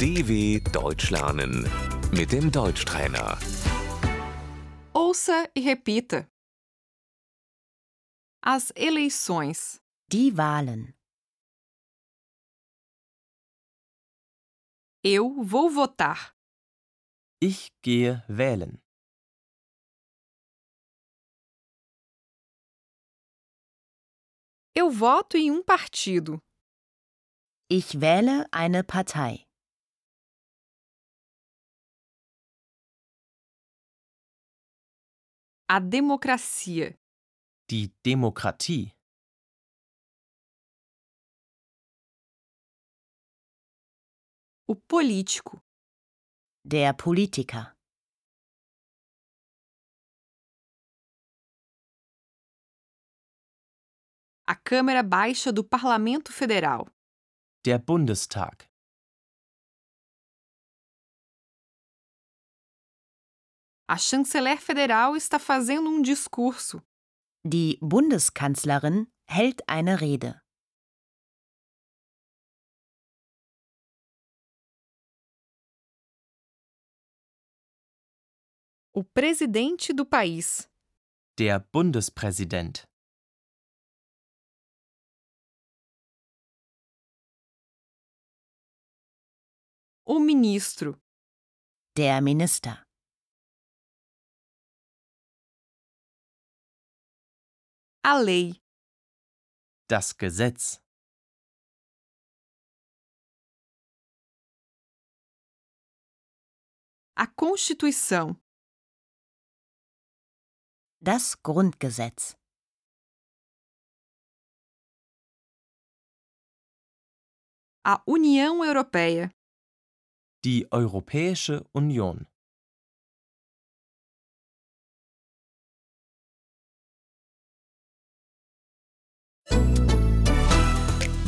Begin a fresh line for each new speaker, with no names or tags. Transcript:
DW Deutsch lernen mit dem Deutschtrainer.
Ouça e repita. As eleições.
Die Wahlen.
Eu vou votar.
Ich gehe wählen.
Eu voto em um partido.
Ich wähle eine Partei.
A democracia.
Die Demokratie.
O político.
Der Politiker.
A Câmara Baixa do Parlamento Federal.
Der Bundestag.
A chanceler federal está fazendo um discurso.
Die Bundeskanzlerin hält eine Rede.
O presidente do país.
Der Bundespräsident.
O ministro.
Der Minister.
A lei.
Das Gesetz.
A Constituição.
Das Grundgesetz.
A União Europeia.
Die Europäische Union.